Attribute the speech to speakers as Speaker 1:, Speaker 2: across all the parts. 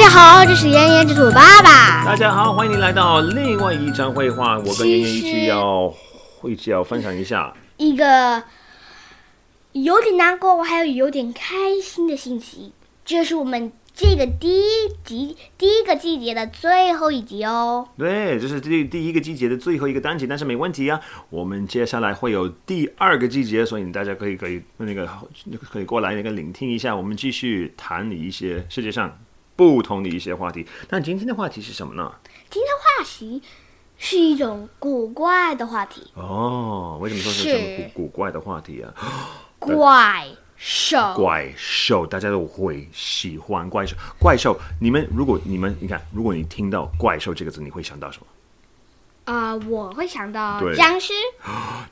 Speaker 1: 家好，这是妍妍，这是我爸爸。
Speaker 2: 大家好，欢迎您来到另外一张绘画。我跟妍妍一
Speaker 1: 其实
Speaker 2: 起要一起要分享一下，
Speaker 1: 一个有点难过，还有有点开心的信息，这是我们这个第一集第一个季节的最后一集哦。
Speaker 2: 对，这是第第一个季节的最后一个单集，但是没问题啊，我们接下来会有第二个季节，所以大家可以可以那个可以过来那个聆听一下，我们继续谈一些世界上不同的一些话题。但今天的话题是什么呢？
Speaker 1: 今天话题是一种古怪的话题，
Speaker 2: 哦，为什么说是
Speaker 1: 是
Speaker 2: 什么古古怪的话题啊？
Speaker 1: 怪兽。
Speaker 2: 怪兽，大家都会喜欢怪兽。怪兽，你们如果你们你看，如果你听到怪兽这个字，你会想到什么？
Speaker 1: 啊、我会想到
Speaker 2: 对
Speaker 1: 僵 尸、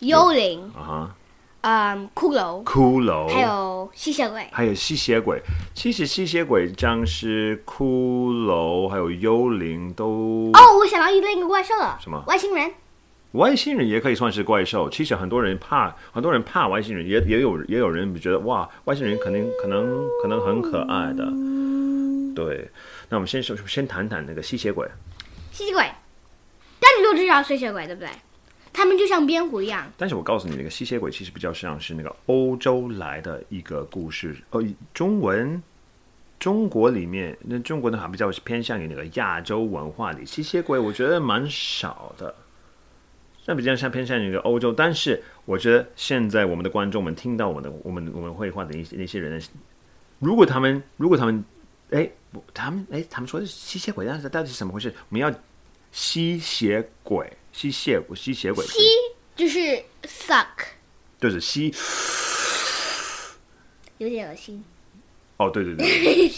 Speaker 1: 幽灵、
Speaker 2: 啊哈，
Speaker 1: 嗯，骷髅，哦
Speaker 2: 骷髅，
Speaker 1: 还有吸血鬼。
Speaker 2: 还有吸血鬼。其实吸血鬼、僵尸、骷髅还有幽灵都，
Speaker 1: 哦，我想到一另一个怪兽了，
Speaker 2: 什么
Speaker 1: 外星人？
Speaker 2: 外星人也可以算是怪兽。其实很多人怕，很多人怕外星人，也也有也有人觉得哇，外星人肯定可能可能很可爱的。对，那我们先说先谈谈那个吸血鬼。
Speaker 1: 吸血鬼，大家都知道吸血鬼，对不对？他们就像蝙蝠一样，
Speaker 2: 但是我告诉你，那个吸血鬼其实比较像是那个欧洲来的一个故事，呃，中文。中国里面，那中国的话比较偏向于那个亚洲文化里，吸血鬼我觉得蛮少的，那比较像偏向于那个欧洲。但是我觉得现在我们的观众们听到我们的我们我们绘画的一些那些人的，如果他们如果他们，哎，不他们哎，他们说是吸血鬼，但是到底是怎么回事？我们要吸血鬼，吸血吸血鬼，
Speaker 1: 吸就是 suck，
Speaker 2: 就是吸。
Speaker 1: 有点恶心。
Speaker 2: 哦，对对对，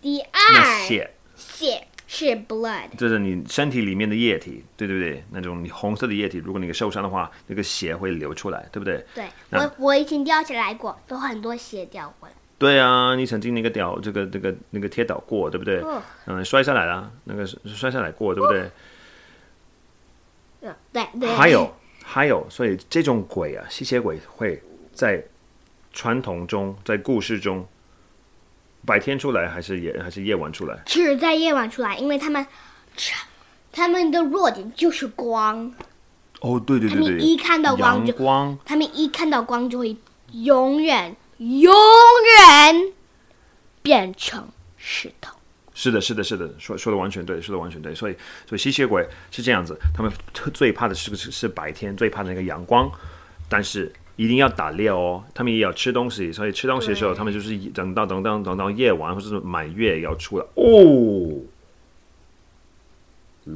Speaker 1: 第
Speaker 2: 那
Speaker 1: 二，
Speaker 2: 血
Speaker 1: 血是 blood，
Speaker 2: 就是你身体里面的液体，对对对，那种你红色的液体，如果你受伤的话，那个血会流出来，对不对？
Speaker 1: 对
Speaker 2: 那
Speaker 1: 我我以前掉下来过，有很多血掉过来。
Speaker 2: 对啊，你曾经那个屌，这个这个那个贴倒过，对不对？
Speaker 1: 哦
Speaker 2: 嗯，摔下来了，那个摔下来过，对不对？
Speaker 1: 嗯，对对。
Speaker 2: 还有还有，所以这种鬼啊，吸血鬼会在传统中，在故事中，白天出来还是夜还是夜晚出来？
Speaker 1: 只在夜晚出来，因为他们， 他们的弱点就是光，
Speaker 2: 哦，对对
Speaker 1: 他
Speaker 2: 对
Speaker 1: 们
Speaker 2: 对
Speaker 1: 一，看到光
Speaker 2: 阳
Speaker 1: 就，
Speaker 2: 光。
Speaker 1: 他们一看到光就会永远永远变成石头。
Speaker 2: 是的，是的，是的，说说的完全对，说的完全对。所以，所以吸血鬼是这样子，他们特最怕的是是是白天，最怕的那个阳光，但是一定要打猎哦，他们也要吃东西，所以吃东西的时候，他们就是一等到等到等到夜晚或者是满月也要出来哦。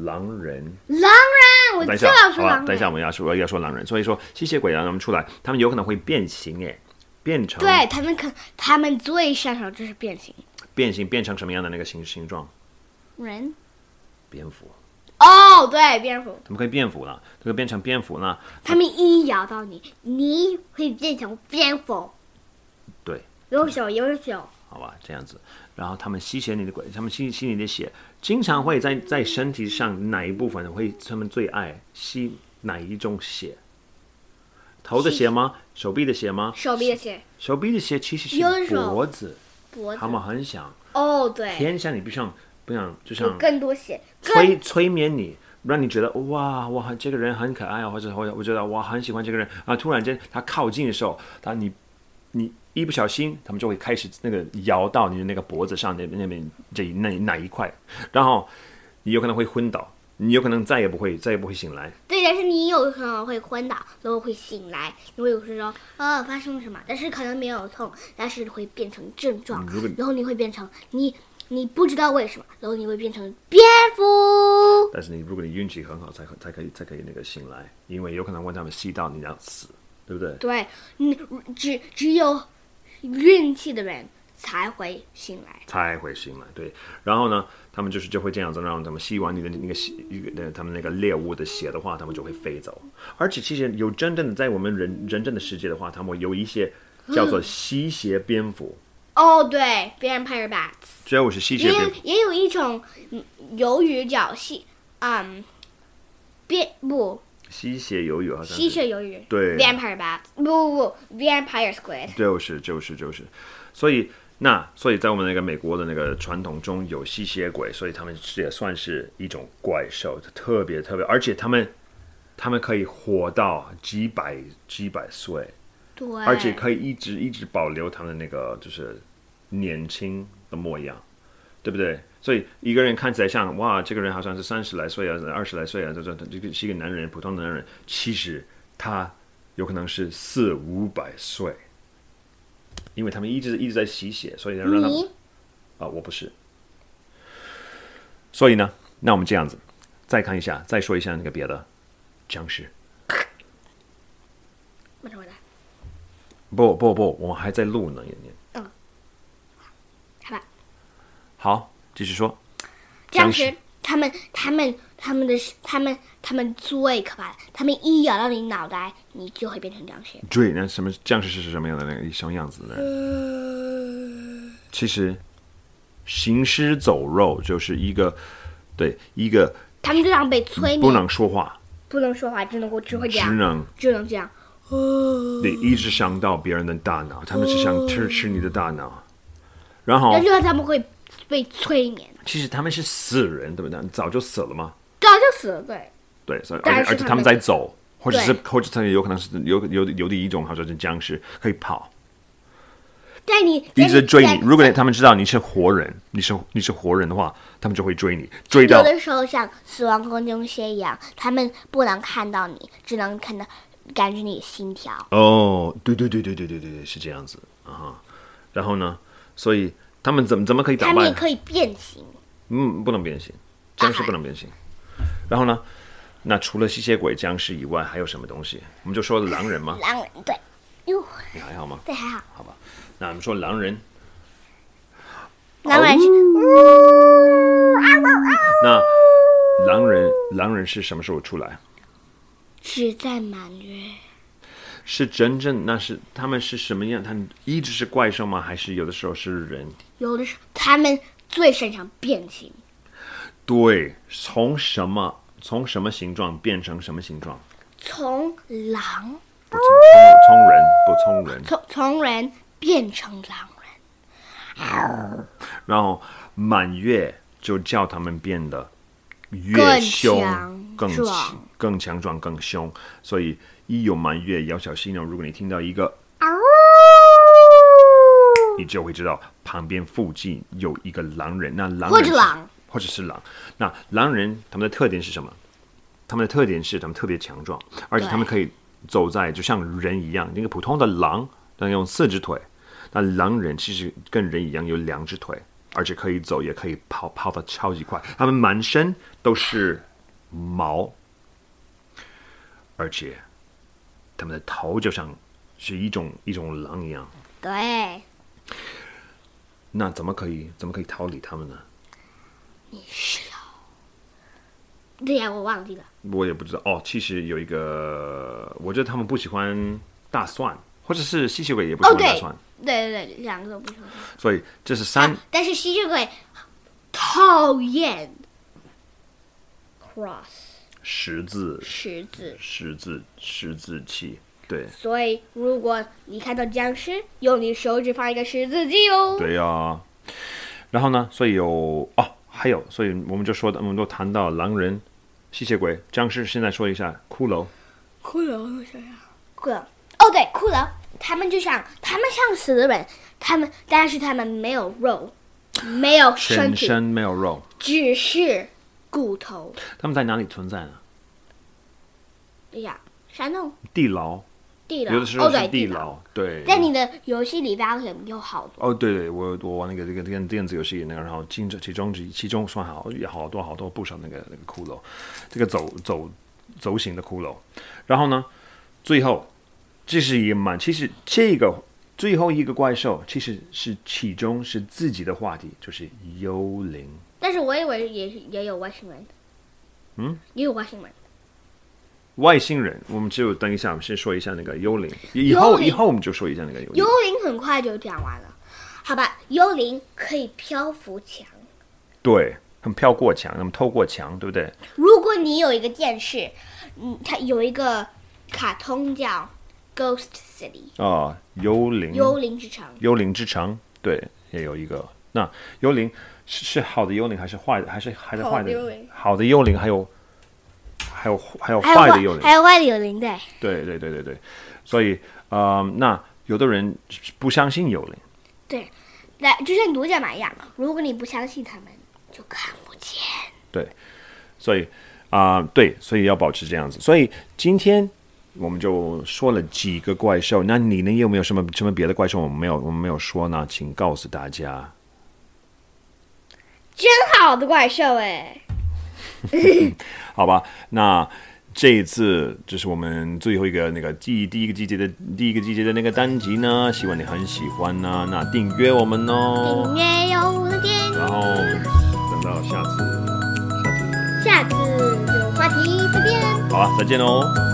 Speaker 2: 狼人，
Speaker 1: 狼人，我
Speaker 2: 等一
Speaker 1: 就
Speaker 2: 下
Speaker 1: 要，
Speaker 2: 好
Speaker 1: 说
Speaker 2: 吧
Speaker 1: 狼，
Speaker 2: 等一下
Speaker 1: 人。
Speaker 2: 我们要说要说狼人，所以说吸血鬼让啊他们出来，他们有可能会变形，哎，变成
Speaker 1: 对他们可，他们最擅长就是变形
Speaker 2: 变形变成什么样的那个形形状？
Speaker 1: 人。
Speaker 2: 蝙蝠，
Speaker 1: 哦，对，蝙蝠，
Speaker 2: 他们可以变蝠了，这个变成蝙蝠了。
Speaker 1: 他们一咬到你，你会变成蝙蝠。
Speaker 2: 对，
Speaker 1: 有手有手，
Speaker 2: 好吧，这样子。然后他们吸血你的鬼，他们吸吸你的血，经常会在在身体上哪一部分会他们最爱吸哪一种血？头的血吗？手臂的血吗？
Speaker 1: 手臂的血，
Speaker 2: 手臂的血其实
Speaker 1: 有一
Speaker 2: 是
Speaker 1: 种
Speaker 2: 脖子，
Speaker 1: 脖子
Speaker 2: 他。们很想
Speaker 1: 哦，对，
Speaker 2: 偏向你，不像不像，就
Speaker 1: 有
Speaker 2: 像
Speaker 1: 更多血，更
Speaker 2: 催催眠你，让你觉得哇，我很这个人很可爱啊，或者或者我觉得我很喜欢这个人啊。突然间他靠近的时候，他你你一不小心，他们就会开始那个摇到你的那个脖子上那那边这一那那一块，然后你有可能会昏倒，你有可能再也不会再也不会醒来。
Speaker 1: 对，但是你有可能会昏倒，然后会醒来，你会有时候呃发生了什么，但是可能没有痛，但是会变成症状，
Speaker 2: 嗯如果
Speaker 1: 然后你会变成你你不知道为什么，然后你会变成蝙蝠。
Speaker 2: 但是你如果你运气很好，才可才可以才可以那个醒来，因为有可能会他们吸到你要死，对不对？
Speaker 1: 对，你只只有运气的人才会醒来。
Speaker 2: 才会醒来。对，然后呢，他们就是就会这样子，让他们吸完你的那个血，呃，他们那个猎物的血的话，他们就会飞走。而且其实有真正的在我们人人真的世界的话，他们有一些叫做吸血蝙蝠，
Speaker 1: 哦，对，vampire bats，
Speaker 2: 只要我是吸血
Speaker 1: 也
Speaker 2: 蝙
Speaker 1: 有
Speaker 2: 蝠，
Speaker 1: 也有一种嗯鱿鱼叫吸，嗯，蝙不
Speaker 2: 吸血鱿鱼好像
Speaker 1: 吸
Speaker 2: 是，
Speaker 1: 血鱿鱼，
Speaker 2: 对
Speaker 1: ，vampire bats，不不不，vampire squid。
Speaker 2: 就是就是就是，所以那所以在我们那个美国的那个传统中有吸血鬼，所以他们是也算是一种怪兽，特别特别，而且他们他们可以活到几百几百岁，
Speaker 1: 对，
Speaker 2: 而且可以一直一直保留他们的那个就是年轻的模样，对不对？所以一个人看起来像哇，这个人好像是三十来岁啊，二十来岁啊，这这这个是一个男人，普通的男人，其实他有可能是四五百岁，因为他们一直一直在吸血，所以让他们
Speaker 1: 你
Speaker 2: 啊，我不是。所以呢，那我们这样子，再看一下，再说一下那个别的僵尸。
Speaker 1: 慢点回来，
Speaker 2: 不不不，我们还在录呢，妍妍。
Speaker 1: 好吧？
Speaker 2: 好，继续说。
Speaker 1: 僵
Speaker 2: 僵尸
Speaker 1: 尸，他们他们他们的他们他们最可怕了，他们一咬到你脑袋，你就会变成僵尸。
Speaker 2: 对，那什么僵尸是什么样的那个什么样子的人？其实，行尸走肉就是一个，对一个
Speaker 1: 他们就像被催眠，
Speaker 2: 嗯不能说话，
Speaker 1: 不能说话，只能够只会这
Speaker 2: 只
Speaker 1: 样，
Speaker 2: 能
Speaker 1: 只能这样。
Speaker 2: 你一直想到别人的大脑，他们只想吃吃你的大脑。然后
Speaker 1: 那，就他们会被催眠，
Speaker 2: 其实他们是死人，对不对？早就死了嘛。
Speaker 1: 早就死了。对，
Speaker 2: 对，所以而
Speaker 1: 但
Speaker 2: 且
Speaker 1: 是
Speaker 2: 而且
Speaker 1: 他
Speaker 2: 他
Speaker 1: 们
Speaker 2: 们在走，或者是
Speaker 1: 对
Speaker 2: 或者他们有可能是有有有的一种，好像是僵尸可以跑，
Speaker 1: 在你
Speaker 2: 一直追你。如果
Speaker 1: 你
Speaker 2: 他们知道你是活人，你是你是活人的话，他们就会追你，追
Speaker 1: 有
Speaker 2: 到
Speaker 1: 的时候像死亡空中蝎一样，他们不能看到你，只能看到感觉你的心跳。
Speaker 2: 哦，对对对对对对对对，是这样子啊哈。然后呢，所以他们怎么怎么可以打
Speaker 1: 他们
Speaker 2: 败
Speaker 1: 也？可以啊变形，
Speaker 2: 嗯，不能变形，僵尸不能变形。然后呢，那除了吸血鬼、僵尸以外，还有什么东西？我们就说狼人吗？
Speaker 1: 狼人对，哟，
Speaker 2: 你还好吗？
Speaker 1: 这还好。
Speaker 2: 好吧，那我们说狼人。
Speaker 1: 狼人是
Speaker 2: 那狼人，狼人是什么时候出来？
Speaker 1: 只在满月，
Speaker 2: 是真正那是他们是什么样？他们一直是怪兽吗？还是有的时候是人？
Speaker 1: 有的时候他们最擅长变形，
Speaker 2: 对，从什么从什么形状变成什么形状？
Speaker 1: 从狼
Speaker 2: 不从从从人，不从人。
Speaker 1: 从从人变成狼人，
Speaker 2: 然后满月就叫他们变得越
Speaker 1: 更
Speaker 2: 凶、
Speaker 1: 强
Speaker 2: 更
Speaker 1: 壮
Speaker 2: 起更强壮、更凶。所以一有满月要小心哦。如果你听到一个，
Speaker 1: 嗷呜
Speaker 2: 你就会知道旁边附近有一个狼人。那狼
Speaker 1: 或
Speaker 2: 人
Speaker 1: 者
Speaker 2: 是
Speaker 1: 狼，
Speaker 2: 或者是狼。那狼人他们的特点是什么？他们的特点是他们特别强壮，而且他们可以走在就像人一样。那个普通的狼，但用四只腿，那狼人其实跟人一样有两只腿，而且可以走也可以跑，跑得超级快。他们满身都是毛，而且他们的头就像是一种一种狼一样。
Speaker 1: 对，
Speaker 2: 那怎么可以怎么可以逃离他们呢？
Speaker 1: 你是狼。对呀，我忘记了。
Speaker 2: 我也不知道哦。其实有一个，我觉得他们不喜欢大蒜，或者是吸血鬼也不喜
Speaker 1: 哦，
Speaker 2: 欢大
Speaker 1: 对
Speaker 2: 蒜，，
Speaker 1: 对对对，两个都不喜欢。
Speaker 2: 所以这是三、
Speaker 1: 但是吸血鬼讨厌 cross
Speaker 2: 十字
Speaker 1: 十字，
Speaker 2: 十字十字器。对
Speaker 1: 所以如果你看到僵尸，用你手指放一个十字记哦。
Speaker 2: 对呀、然后呢，所以有哦，还有，所以我们就说的，我们都谈到狼人、吸血鬼、僵尸。现在说一下骷髅，
Speaker 1: 骷髅是啥呀？骷髅哦，对，骷髅，他们就像他们像死的人，他们但是他们没有肉，没有身
Speaker 2: 全
Speaker 1: 体，
Speaker 2: 身没有肉，
Speaker 1: 只是骨头。
Speaker 2: 他们在哪里存在呢？
Speaker 1: 哎呀，山洞
Speaker 2: 地牢，
Speaker 1: 地牢，
Speaker 2: 有的时
Speaker 1: 哦
Speaker 2: 候
Speaker 1: 对
Speaker 2: 是嗯
Speaker 1: 地牢，
Speaker 2: 牢，对。
Speaker 1: 在你的游戏里边有有好多。
Speaker 2: 哦，对对，我我玩那个这个电电子游戏那个，然后其中其中之一其中算好有好多好多不少那个那个骷髅，这个走走走形的骷髅，然后呢，最后这是也蛮，其实这个最后一个怪兽其实是其中是自己的话题，就是幽灵，
Speaker 1: 但是我以为也是也有外星人，
Speaker 2: 嗯，
Speaker 1: 也有外星人。
Speaker 2: 外星人。我们只有等一下，我们先说一下那个幽灵，以后
Speaker 1: 幽灵
Speaker 2: 以后我们就说一下那个幽灵
Speaker 1: 幽。灵很快就讲完了，好吧？幽灵可以漂浮墙，
Speaker 2: 对，他们飘过墙，他们透过墙，对不对？
Speaker 1: 如果你有一个电视，嗯，它有一个卡通叫《Ghost City》
Speaker 2: 啊、幽灵，
Speaker 1: 幽灵之城，
Speaker 2: 幽灵之城，对，也有一个。那幽灵是是好的幽灵还是坏的？还是还是
Speaker 3: 好
Speaker 2: 坏
Speaker 3: 的幽
Speaker 2: 的
Speaker 3: 灵？
Speaker 2: 好的幽灵还有还有还有
Speaker 1: 还有
Speaker 2: 坏的幽灵
Speaker 1: 还，有坏的幽灵，对，
Speaker 2: 对对对对对。所以呃，那有的人不相信幽灵，
Speaker 1: 来就像独角马一样，如果你不相信他们，就看不见。
Speaker 2: 所以啊、对，所以要保持这样子。所以今天我们就说了几个怪兽，那你呢有没有什么什么别的怪兽我们没有我们没有说呢？请告诉大家。
Speaker 3: 真好的怪兽哎，
Speaker 2: 好吧，那这一次这是我们最后一个那个第第一个季节的第一个季节的那个单集呢，希望你很喜欢呢、那订阅我们
Speaker 1: 订
Speaker 2: 哦，
Speaker 1: 阅有我的点，
Speaker 2: 然后等到下次，下
Speaker 1: 下
Speaker 2: 次
Speaker 1: 次有话题再见。
Speaker 2: 好了，再见喽。